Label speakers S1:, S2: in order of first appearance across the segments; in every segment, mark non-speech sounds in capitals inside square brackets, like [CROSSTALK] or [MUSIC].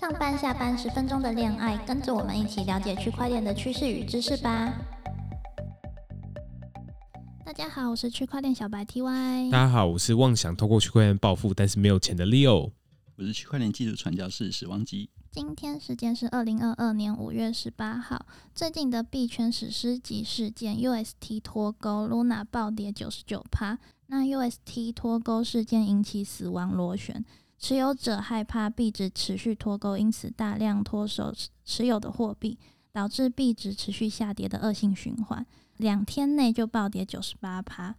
S1: 上班下班十分钟的恋爱，跟着我们一起了解区块链的趋势与知识吧。大家好，我是区块链小白 TY。
S2: 大家好，我是妄想透过区块链暴富但是没有钱的 Leo。
S3: 我是区块链技术传教士史旺基。
S1: 今天时间是二零二二年五月十八号。最近的币圈史诗级事件 UST 脱钩，Luna 暴跌九十九趴。那 UST 脱钩事件引起死亡螺旋，持有者害怕币值持续脱钩，因此大量脱手持有的货币，导致币值持续下跌的恶性循环。两天内就暴跌九十八趴。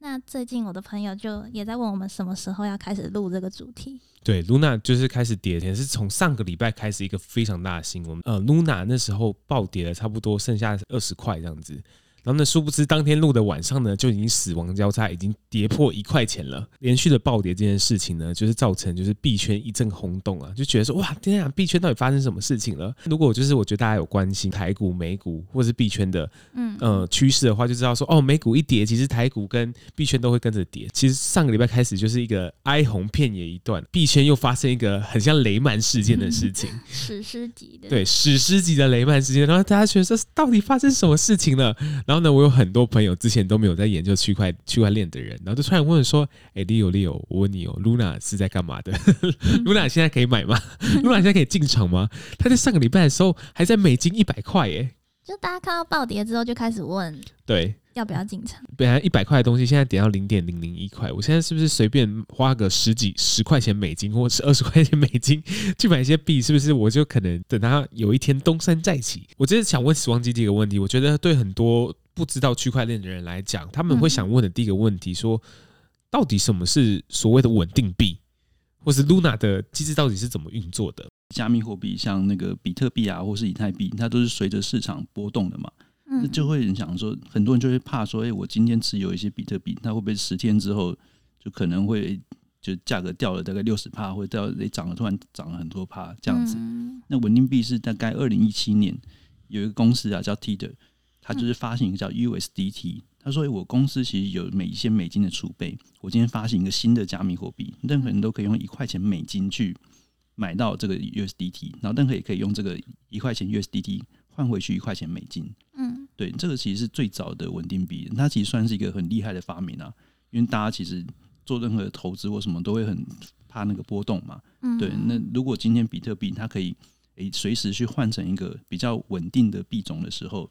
S1: 那最近我的朋友就也在问我们什么时候要开始录这个主题。
S2: 对，Luna 就是开始跌停，是从上个礼拜开始一个非常大的新闻。呃，Luna 那时候暴跌了差不多剩下二十块这样子，然后呢，殊不知当天录的晚上呢就已经死亡交叉，已经跌破一块钱了。连续的暴跌这件事情呢，就是造成就是币圈一阵轰动啊，就觉得说哇，天啊，币圈到底发生什么事情了？如果就是我觉得大家有关心台股、美股或是币圈的
S1: 嗯，
S2: 呃趋势的话，就知道说哦，美股一跌，其实台股跟币圈都会跟着跌。其实上个礼拜开始就是一个哀鸿遍野一段，币圈又发生一个很像雷曼事件的事情，
S1: 史诗级的。
S2: 对史诗级的雷曼事件。然后大家觉得这到底发生什么事情了？然后呢，我有很多朋友之前都没有在研究区块区块链的人，然后就突然问我说：“哎、l e o Leo，我问你哦，Luna 是在干嘛的？Luna 现在可以买吗 [LAUGHS] ？Luna 现在可以进场吗？”他在上个礼拜的时候还在美金一百块耶，
S1: 就大家看到暴跌之后就开始问
S2: 对。
S1: 要不要进场。
S2: 本来一百块的东西，现在跌到零点零零一块。我现在是不是随便花个十几十块钱美金，或者是二十块钱美金去买一些币？是不是我就可能等它有一天东山再起？我真的想问死亡基地一个问题，我觉得对很多不知道区块链的人来讲，他们会想问的第一个问题说，到底什么是所谓的稳定币，或是 Luna 的机制到底是怎么运作的？
S3: 加密货币像那个比特币啊，或是以太币，它都是随着市场波动的嘛。那
S1: 嗯，
S3: 就会很想说，很多人就会怕说，哎、我今天持有一些比特币，它会不会十天之后就可能会就价格掉了大概六十趴，或者掉诶涨了突然涨了很多趴这样子。
S1: 嗯
S3: 那稳定币是大概二零一七年有一个公司啊叫 Tether，它就是发行一个叫 USDT。他说：“诶我公司其实有每一些美金的储备，我今天发行一个新的加密货币，任何人都可以用一块钱美金去买到这个 USDT，然后任何也可以用这个一块钱 USDT 换回去一块钱美金。
S1: 嗯
S3: 对，这个其实是最早的稳定币，它其实算是一个很厉害的发明啊，因为大家其实做任何的投资或什么都会很怕那个波动嘛。
S1: 嗯，
S3: 对，那如果今天比特币它可以诶随时去换成一个比较稳定的币种的时候，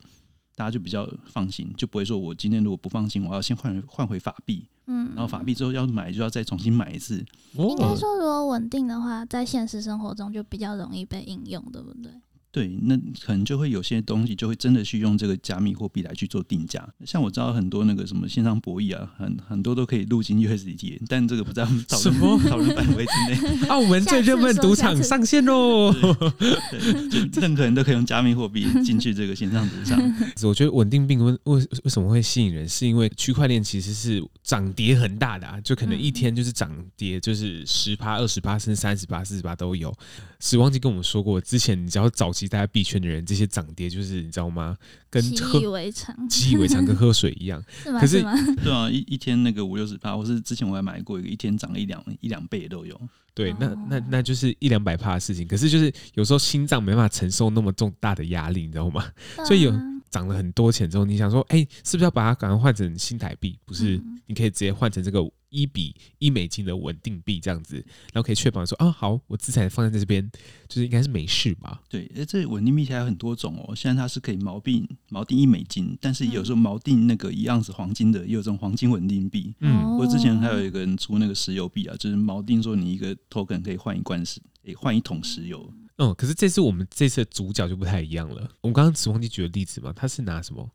S3: 大家就比较放心，就不会说我今天如果不放心，我要先换回换回法币，
S1: 嗯，
S3: 然后法币哦之后要买就要再重新买一次。
S1: 应该说，如果稳定的话，在现实生活中就比较容易被应用，对不对？
S3: 对，那可能就会有些东西就会真的去用这个加密货币来去做定价。像我知道很多那个什么线上博弈啊，很很多都可以入金 USDT，但这个不在我们 [LAUGHS] 讨
S2: 什么
S3: 论讨论范围之内。
S2: 哦澳门最热门赌场上线喽！
S3: 对，就任何人都可以用加密货币进去这个线上赌场。
S2: 我觉得稳定币为为为什么会吸引人，是因为区块链其实是涨跌很大的、啊，就可
S1: 嗯
S2: 能一天就是涨跌就是十趴、二十趴，甚至三十趴、四十趴都有。史忘记跟我们说过，之前你只要早期待在币圈的人，这些涨跌就是你知道吗？跟
S1: 习以
S2: 喝
S1: 为常， [LAUGHS]
S2: 习以为常，跟喝水一样。
S1: 是吗？
S2: 可是
S3: [LAUGHS]
S1: 吗？
S3: 对啊，一一天那个五六十趴，或是之前我还买过一个一天涨一两一两倍的都有。
S2: 对，那
S1: 哦
S2: 那那就是一两百趴的事情。可是就是有时候心脏没办法承受那么重大的压力，你知道吗？
S1: 对
S2: 所以有
S1: 啊
S2: 涨了很多钱之后，你想说，哎、是不是要把它赶快换成新台币？不是，
S1: 嗯
S2: 你可以直接换成这个一比一美金的稳定币这样子，然后可以确保说，啊，好，我资产放在这边，就是应该是没事吧？
S3: 对，诶、这稳定币还有很多种哦。现在它是可以锚定锚定一美金，但是有时候锚定那个一盎司黄金的，也有这种黄金稳定币。
S2: 嗯，
S1: 哦
S3: 我之前还有一个人出那个石油币啊，就是锚定说你一个 token 可以换一罐石，诶、换一桶石油。
S2: 嗯，可是这次我们这次的主角就不太一样了。我们刚刚只忘记举的例子嘛，他是拿什么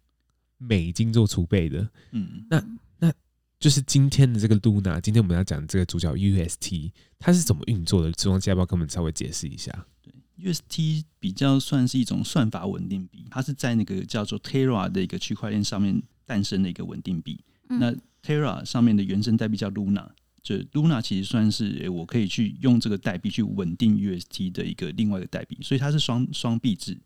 S2: 美金做储备的？
S3: 嗯，
S2: 那就是今天的这个 Luna，今天我们要讲的这个主角 UST，它是怎么运作的？子王家要不要跟我们稍微解释一下？
S3: UST 比较算是一种算法稳定币，它是在那个叫做 Terra 的一个区块链上面诞生的一个稳定币。
S1: 嗯
S3: 那 Terra 上面的原生代币叫 Luna，就 Luna 其实算是、诶我可以去用这个代币去稳定 UST 的一个另外一个代币，所以它是双双币制。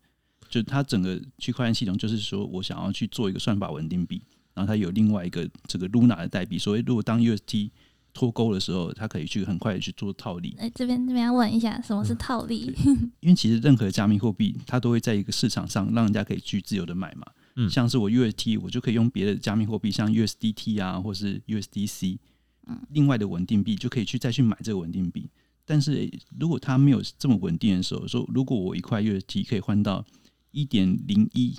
S3: 就它整个区块链系统，就是说我想要去做一个算法稳定币，然后它有另外一个这个 Luna 的代币，所以如果当 UST 脱钩的时候，它可以去很快的去做套利。
S1: 哎，这边这边要问一下，什么
S3: 嗯
S1: 是套利？
S3: 因为其实任何加密货币，它都会在一个市场上让人家可以去自由的买嘛。
S2: 嗯
S3: 像是我 UST，我就可以用别的加密货币，像 USDT 啊，或是 USDC，
S1: 嗯
S3: 另外的稳定币就可以去再去买这个稳定币。但是诶如果它没有这么稳定的时候，说如果我一块 UST 可以换到一点零一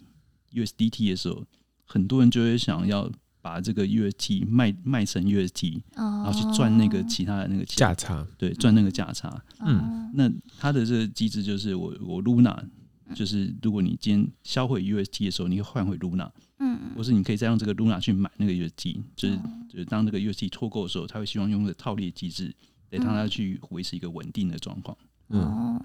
S3: USDT 的时候，很多人就会想要把这个 UST 卖卖成 UST，然
S1: 哦
S3: 后去赚那个其他的那个钱，
S2: 价差，
S3: 对，赚那个价差。
S2: 嗯
S1: 嗯，
S3: 那它的这个机制就是我我 Luna，就是如果你今天销毁 UST 的时候，你可以换回 Luna，
S1: 嗯，
S3: 或是你可以再用这个 Luna 去买那个 UST，就是、
S1: 嗯
S3: 就是当这个 UST 脱钩的时候，它会希望用这个套利机制来让它去维持一个稳定的状况。
S2: 嗯，
S1: 哦，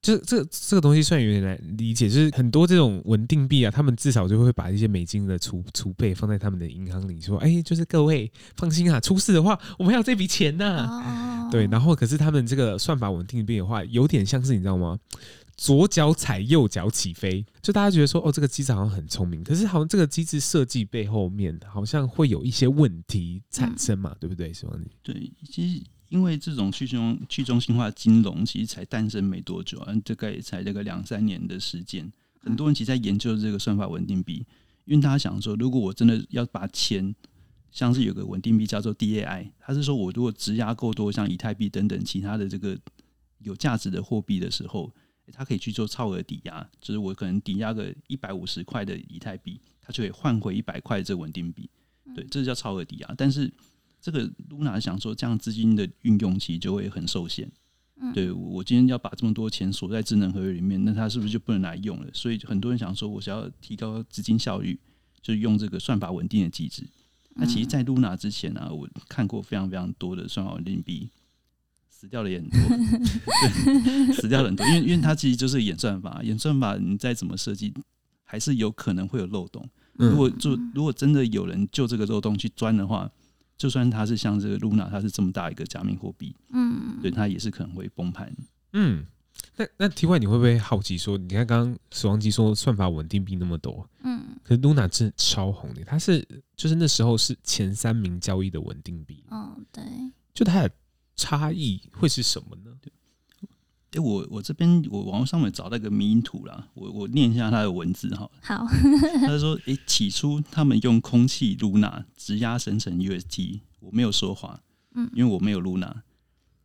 S2: 这这这个东西虽然有点难理解，就是很多这种稳定币啊，他们至少就会把一些美金的储储备放在他们的银行里，说，哎、就是各位放心啊，出事的话我们还有这笔钱呐、
S1: 哦
S2: 对，然后可是他们这个算法稳定币的话，有点像是你知道吗？左脚踩，右脚起飞，就大家觉得说，哦，这个机制好像很聪明，可是好像这个机制设计背后面好像会有一些问题产生嘛，对不对？希望你
S3: 对，其实因为这种去中去中心化金融其实才诞生没多久，啊，大概才大概两三年的时间，很多人其实在研究这个算法稳定币，因为大家想说，如果我真的要把钱，像是有个稳定币叫做 DAI，它是说我如果质押够多，像以太币等等其他的这个有价值的货币的时候。它可以去做超额抵押，就是我可能抵押个一百五十块的以太币，它就可以换回一百块的这个稳定币，对，这叫超额抵押。但是这个 Luna 想说，这样资金的运用其实就会很受限。
S1: 嗯
S3: 对我我今天要把这么多钱锁在智能合约里面，那它是不是就不能来用了？所以很多人想说，我想要提高资金效率，就是用这个算法稳定的机制。
S1: 嗯
S3: 那其实，在 Luna 之前啊，我看过非常非常多的算法稳定币，死掉的也很多，对，死掉了很多，因为因为它其实就是演算法，演算法你再怎么设计，还是有可能会有漏洞。
S1: 嗯
S3: 如果就如果真的有人就这个漏洞去钻的话，就算它是像这个 Luna，它是这么大一个加密货币，
S1: 嗯，
S3: 对它也是可能会崩盘。
S2: 嗯，那那题外你会不会好奇说，你看刚刚死亡机说算法稳定币那么多，
S1: 嗯，
S2: 可是 Luna 真的超红的，它是就是那时候是前三名交易的稳定币，
S1: 哦，对，
S2: 就它的差异会是什么呢？
S3: 诶，我我这边我网络上面找到一个迷因图啦，我我念一下它的文字哈。
S1: 好，
S3: 他说：“诶，起初他们用空气 Luna 直压生成 UST，我没有说话，
S1: 嗯
S3: 因为我没有 Luna。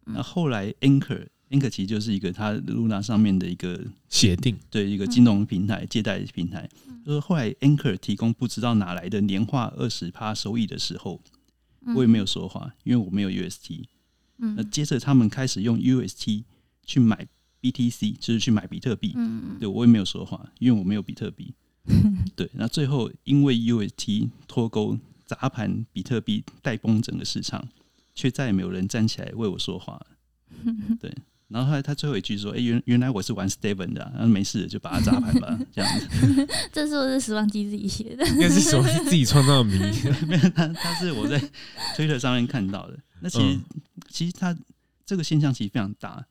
S3: 那后来 Anchor Anchor 其实就是一个它 Luna 上面的一个
S2: 协定，
S3: 对一个金融平台、借贷平台，就是后来 Anchor 提供不知道哪来的年化二十趴收益的时候，我也没有说话，因为我没有 UST。那
S1: 嗯，
S3: 接着他们开始用 UST 去买 BTC，就是去买比特币。
S1: 嗯，
S3: 对我也没有说话，因为我没有比特币。对，那最后因为 UST 脱钩砸盘比特币，带崩整个市场，却再也没有人站起来为我说话了。对，然后后来他最后一句说：“哎、原原来我是玩 Steven 的、啊，那没事就把它砸盘吧。”这样子， [LAUGHS]
S1: 这是不是死亡机自己写的？
S2: 应该是什么是自己创造的谜？
S3: 没有他他是我在推特上面看到的。那其实、其实他这个现象其实非常大。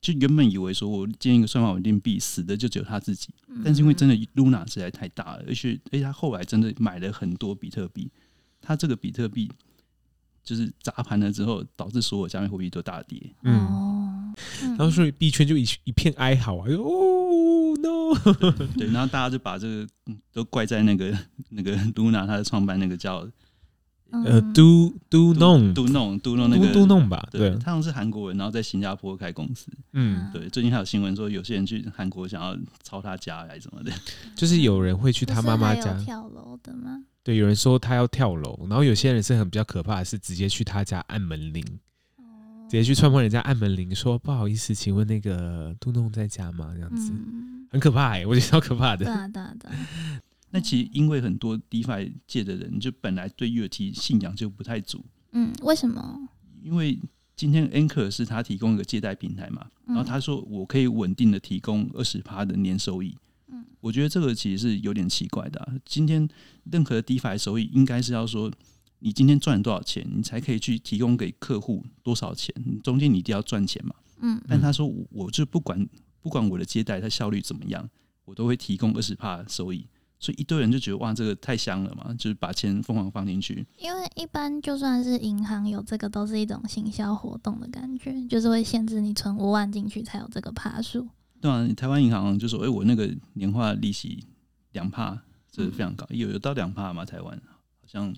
S3: 就原本以为说，我建一个算法稳定币死的就只有他自己，
S2: 嗯
S3: 但是因为
S1: 嗯
S3: 真的 Luna 实在太大了，而且而且他后来真的买了很多比特币，他这个比特币就是砸盘了之后，导致所有加密货币都大跌。
S2: 嗯，
S1: 哦，嗯
S2: 然后所以币圈就一一片哀嚎啊，就哦 no， [LAUGHS]
S3: 对，然后大家就把这个嗯都怪在那个那个 Luna 他的创办那个叫
S2: 呃
S1: 嗯
S2: ，do do
S3: Do
S2: no，
S3: Do n 那
S2: do
S3: 个
S2: do no 吧，
S3: 对，
S2: 对，
S3: 他好像是韩国人，然后在新加坡开公司。
S2: 嗯，
S3: 对，最近还有新闻说有些人去韩国想要抄他家来什么的。
S2: 就是有人会去
S1: 不
S2: 他
S1: 是
S2: 妈妈
S1: 还有
S2: 家，
S1: 跳楼的吗？
S2: 对，有人说他要跳楼，然后有些人是很比较可怕的是直接去他家按门铃，
S1: 哦
S2: 直，接去串破人家按门铃，说不好意思，请问那个杜弄在家吗？这样子、
S1: 嗯，
S2: 很可怕哎、我觉得超可怕
S1: 对
S2: 的。
S1: 啊，对啊，对啊，
S3: 那其实因为很多 DeFi 界的人就本来对 UT 信仰就不太足，
S1: 嗯，为什么？
S3: 因为今天 Anchor 是他提供一个借贷平台嘛，
S1: 嗯
S3: 然后他说我可以稳定的提供二十趴的年收益。
S1: 嗯
S3: 我觉得这个其实是有点奇怪的啊、今天任何的 DeFi 收益应该是要说，你今天赚了多少钱，你才可以去提供给客户多少钱，中间你一定要赚钱嘛。
S1: 嗯
S3: 但他说我我就不管不管我的接待它效率怎么样，我都会提供二十趴收益，所以一堆人就觉得哇，这个太香了嘛，就是把钱疯狂放进去。
S1: 因为一般就算是银行有这个，都是一种行销活动的感觉，就是会限制你存五万进去才有这个趴数。
S3: 对啊，台湾银行就说，哎、我那个年化利息两帕，这是非常高，有有到两帕吗？台湾好像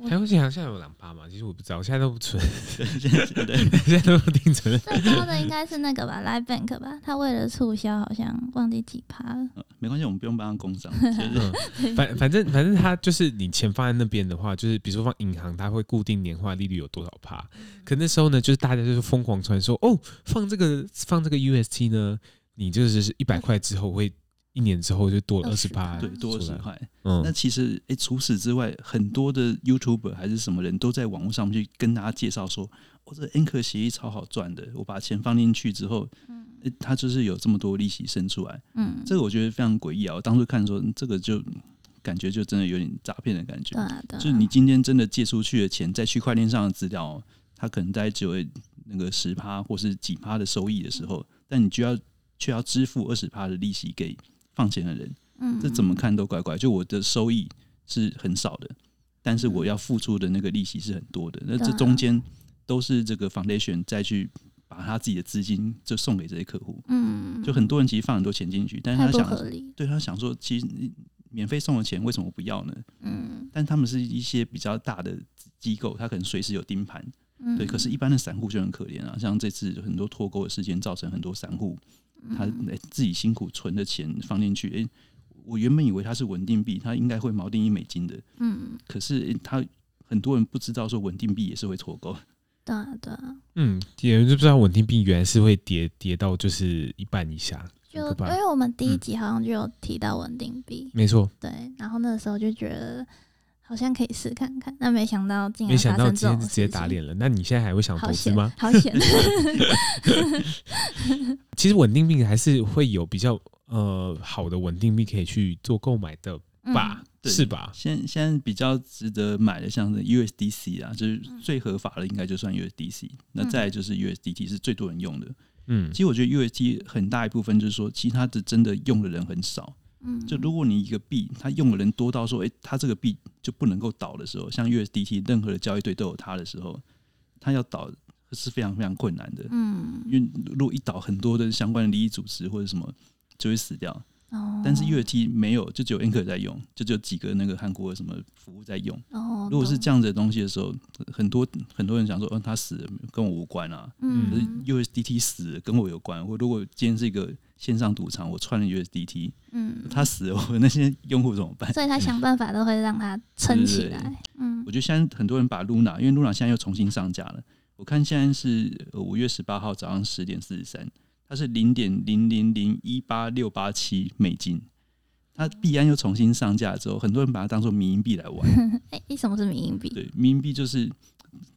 S1: 我
S2: 台湾银行现在有两趴嘛？其实我不知道，我现在都不存，
S3: 对现在对
S2: [LAUGHS] 现在都不定存。
S1: 最高的应该是那个吧 l i v e Bank 吧，它为了促销好像忘记几趴了。
S3: 呃没关系，我们不用帮他工商，就是
S2: 嗯，反反正反正它就是你钱放在那边的话，就是比如说放银行，它会固定年化利率有多少趴。可那时候呢，就是大家就是疯狂传说，哦，放这个放这个 UST 呢，你就是一百块之后会一年之后就多了二十趴，
S1: 20%
S3: 对多了十
S2: 出来
S3: 块。那
S2: 嗯，
S3: 其实，哎、除此之外，很多的 YouTuber 还是什么人都在网络上去跟大家介绍说，哦，这 Anchor 协议超好赚的，我把钱放进去之后，
S1: 嗯
S3: 诶它就是有这么多利息生出来。
S1: 嗯，
S3: 这个我觉得非常诡异啊！我当初看的时候，嗯这个就感觉就真的有点诈骗的感觉
S1: 对。啊对啊，
S3: 就是你今天真的借出去的钱，在区块链上的资料哦，它可能大概只有那个十趴或是几趴的收益的时候，但你就要却要支付二十趴的利息给放钱的人。
S1: 嗯
S3: 这怎么看都怪怪。就我的收益是很少的，但是我要付出的那个利息是很多的。那
S1: 对
S3: 这
S1: 啊
S3: 中间都是这个 foundation 再去把他自己的资金就送给这些客户。
S1: 嗯
S3: 就很多人其实放很多钱进去，但是
S1: 太
S3: 他
S1: 不
S3: 想
S1: 合，理，
S3: 对他想说，其实你免费送的钱为什么不要呢？
S1: 嗯
S3: 但他们是一些比较大的机构，他可能随时有盯盘，
S1: 嗯，
S3: 对。可是，一般的散户就很可怜啊，像这次很多脱钩的事件，造成很多散户他、
S1: 嗯
S3: 诶自己辛苦存的钱放进去，诶、哎我原本以为它是稳定币，它应该会锚定一美金的，
S1: 嗯，
S3: 可是、诶他很多人不知道说稳定币也是会脱
S2: [LAUGHS]
S3: 钩，
S1: 对啊对啊，
S2: 嗯，有人就不知道稳定币原来是会跌跌到就是一半以下，很
S1: 就哎
S2: 可
S1: 因
S2: 怕。
S1: 为我们第一
S2: 嗯
S1: 集好像就有提到稳定币，
S3: 嗯
S2: 没错，
S1: 对，然后那个时候就觉得好像可以试看看，但没想到竟
S2: 没
S1: 然
S2: 想
S1: 发
S2: 到
S1: 生
S2: 今
S1: 这
S2: 天
S1: 种
S2: 就
S1: 事
S2: 直接
S1: 情，
S2: 打脸了。那你现在还会想
S1: 好
S2: 投资
S1: 险
S2: 吗？
S1: 好险，
S3: [LAUGHS]
S2: 其实稳定币还是会有比较呃好的稳定币可以去做购买的
S1: 嗯
S2: 吧，
S3: 对
S2: 是吧？
S3: 现现在比较值得买的像是 USDC 啊，就是
S1: 嗯
S3: 最合法的应该就算 USDC，、那再来就是 USDT 是最多人用的。
S2: 嗯
S3: 其，实我觉得 USDT 很大一部分就是说，其他的真的用的人很少。
S1: 嗯，嗯
S3: 就如果你一个币，它用的人多到说，诶、它这个币就不能够倒的时候，像 USDT 任何的交易对都有它的时候，它要倒是非常非常困难的，
S1: 嗯，
S3: 因为如果一倒，很多的相关的利益组织或者什么就会死掉。
S1: 哦，
S3: 但是 USDT 没有，就只有 Anchor 在用，就只有几个那个韩国的什么服务在用。
S1: 哦，
S3: 如果是
S1: 懂
S3: 这样子的东西的时候，很多很多人想说，嗯、他死了跟我无关啊，可是
S1: 嗯
S3: USDT 死了跟我有关。我如果今天是一个线上赌场，我串了 USDT，
S1: 嗯，
S3: 他死了，我那些用户怎么办？
S1: 所以他想办法都会让它撑起
S3: 对对对
S1: 来，嗯
S3: 我觉得现在很多人把 Luna，因为 Luna 现在又重新上架了，我看现在是呃五月十八号早上十点四十三，它是零点零零零一八六八七美金。它币安又重新上架之后，很多人把它当做民营币来
S1: [LAUGHS]
S3: 玩。
S1: 哎、什么是民营币？
S3: 对，民营币就是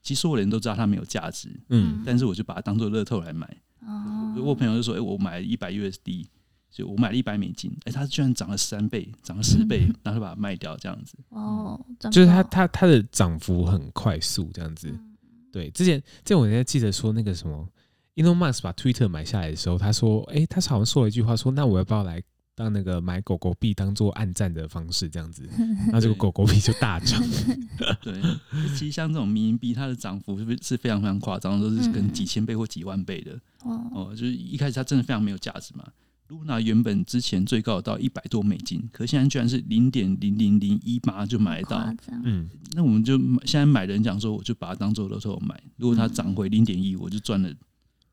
S3: 其实所有人都知道它没有价值，
S2: 嗯，
S3: 但是我就把它当做乐透来买。
S1: 哦，
S3: 我朋友就说：“哎、我买一百 USD，所以我买了一百美金，哎、它居然涨了三倍，涨了
S1: [LAUGHS]
S3: 十倍，然后就把它卖掉，这样子。
S1: 哦，赚
S2: 就是
S1: 不
S2: 它
S1: 到
S2: 它它的涨幅很快速，这样子。
S1: 嗯
S2: 对，之前之前我还记得说那个什么，Elon Musk 把 Twitter 买下来的时候，他说，诶，他好像说了一句话说那我要不要来当那个买狗狗币当做暗战的方式这样子？那这个狗狗币就大涨。
S3: 对，其实像这种民营币，它的涨幅是不是是非常非常夸张，都是
S1: 嗯
S3: 可能几千倍或几万倍的。
S1: 哦，
S3: 哦，就是一开始它真的非常没有价值嘛。Luna 原本之前最高有到一百多美金，可现在居然是零点零零零一八就买得
S1: 夸
S3: 到。
S1: 张，
S2: 嗯，
S3: 那我们就买现在买的人讲说，我就把它当做乐透买，如果它
S1: 嗯
S3: 涨回零点一，我就赚了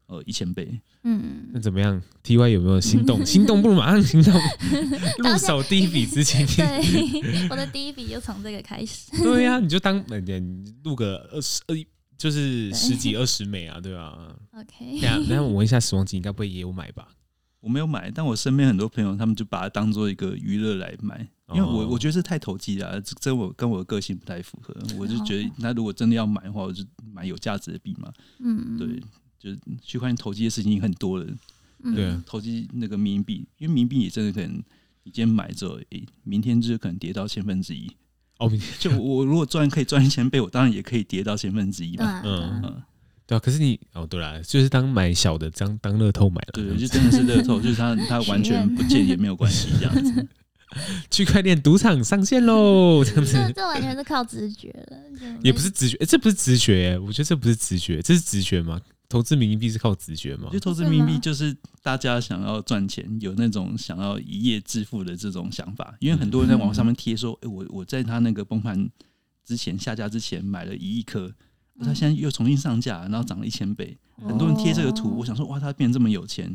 S3: 呃一千倍。
S2: 那
S1: 嗯，
S2: 怎么样？T Y 有没有心动？心动不如马上行动，入
S1: 当下
S2: 手第一笔之前。 [LAUGHS]
S1: 对，我的第一笔就从这个开始，
S2: 对呀、你就当呃你录个二十二，就是
S1: 对
S2: 十几二十美啊，对吧？
S1: OK，
S2: 对啊呀，那我问一下，死亡级应该不会也有买吧？
S3: 我没有买，但我身边很多朋友他们就把它当做一个娱乐来买，因为我
S2: 哦
S3: 我觉得这太投机了，这这我跟我的个性不太符合。我就觉得，那如果真的要买的话，我就买有价值的币嘛。
S1: 嗯，
S3: 对，就是区块链投机的事情已经很多了，
S1: 嗯，
S2: 对
S1: 嗯
S2: 啊
S3: 投机那个民营币，因为民营币也真的可能。你今天买之后，诶、明天就可能跌到千分之一。
S2: 哦，明
S3: 就我我如果赚可以赚一千倍，我当然也可以跌到千分之一
S1: 对
S3: 嘛。
S1: 啊，对啊
S2: 嗯
S3: [LAUGHS] 嗯，
S2: 对啊，可是你哦，对啦，就是当买小的，当当乐透买了。
S3: 对，就真的是乐透，就是它它完全不见也没有关系这样子。
S2: 区块链赌场上线喽，这样子
S1: 这这完全是靠直觉了，就
S2: 也不是直觉，欸这不是直觉、欸，我觉得这不是直觉，这是直觉吗？投资民币是靠直觉吗
S3: 我觉得？投资
S1: 是
S3: 冥
S1: 吗
S3: 币就是大家想要赚钱，有那种想要一夜致富的这种想法，因为很多人在网上面贴说，哎、我我在他那个崩盘之前下架之前买了一亿颗，
S1: 嗯
S3: 他现在又重新上架，然后涨了一千倍，很多人贴这个图，
S1: 哦
S3: 我想说，哇，他变这么有钱，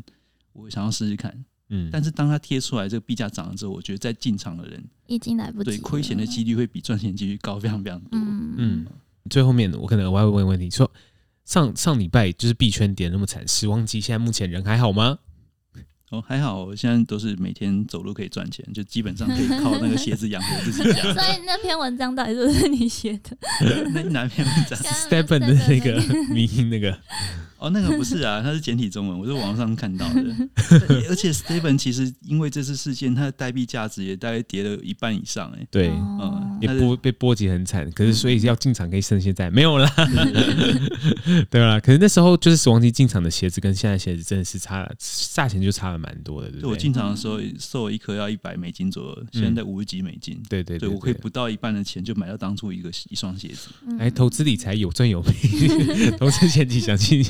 S3: 我想要试试看。
S2: 嗯，
S3: 但是当他贴出来这个币价涨了之后，我觉得在进场的人
S1: 已经来不及
S3: 对
S1: 了，
S3: 亏钱的几率会比赚钱几率高非常非常多。
S1: 嗯
S2: 嗯，最后面我可能我还会问问题，说上上礼拜就是币圈跌得那么惨，时光机现在目前人还好吗？
S3: 哦，还好，我现在都是每天走路可以赚钱，就基本上可以靠那个鞋子养活自己 [LAUGHS] 家。
S1: 所以那篇文章到底是不是你写
S2: [LAUGHS]
S1: 的？
S3: 那哪篇文章？
S2: Stephen 的那个迷因那个，
S3: 哦，那个不是啊，它是简体中文，我是网上看到的。而且 Steven 其实因为这次事件，他的代币价值也大概跌了一半以上、欸，
S2: 对，
S1: 哦
S2: 也波被波及很惨，可是所以
S3: 嗯
S2: 要进场可以趁现在没有啦， [LAUGHS] 对啦。可是那时候就是时光机进场的鞋子跟现在鞋子真的是差了，价钱就差了蛮多的，对
S3: 就
S2: 不
S3: 我
S2: 对
S3: 进？场的时候售一颗要一百美金左右，现在五十几美金。
S2: 对对
S3: 对，我可以不到一半的钱就买到当初一个一双鞋子，
S2: 哎，投资理财有赚有
S3: [LAUGHS]
S2: 赔，投资前提详细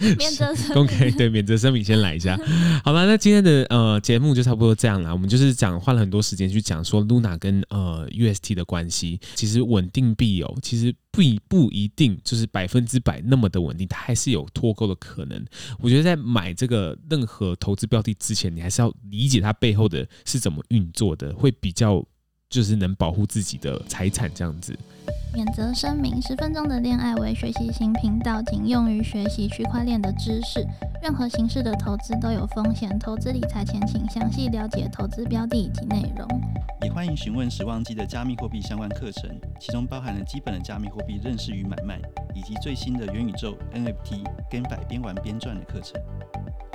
S3: 嗯
S1: 免责声
S2: 公开对免责声明先来一下。 [LAUGHS] 好吧，那今天的呃节目就差不多这样啦。我们就是讲花了很多时间去讲说 Luna 跟呃 UST 的关系。其实稳定币哦，其实不一不一定就是百分之百那么的稳定，它还是有脱钩的可能。我觉得在买这个任何投资标的之前，你还是要理解它背后的是怎么运作的，会比较就是能保护自己的财产这样子。
S1: 免责声明：十分钟的恋爱为学习型频道，仅用于学习区块链的知识。任何形式的投资都有风险，投资理财前请详细了解投资标的以及内容。
S3: 也欢迎询问时旺基的加密货币相关课程，其中包含了基本的加密货币认识与买卖，以及最新的元宇宙 NFT 跟百边玩边赚的课程。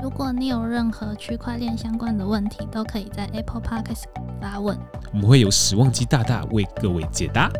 S1: 如果你有任何区块链相关的问题，都可以在 Apple Podcast 发问。
S2: 我们会有史旺基大大为各位解答。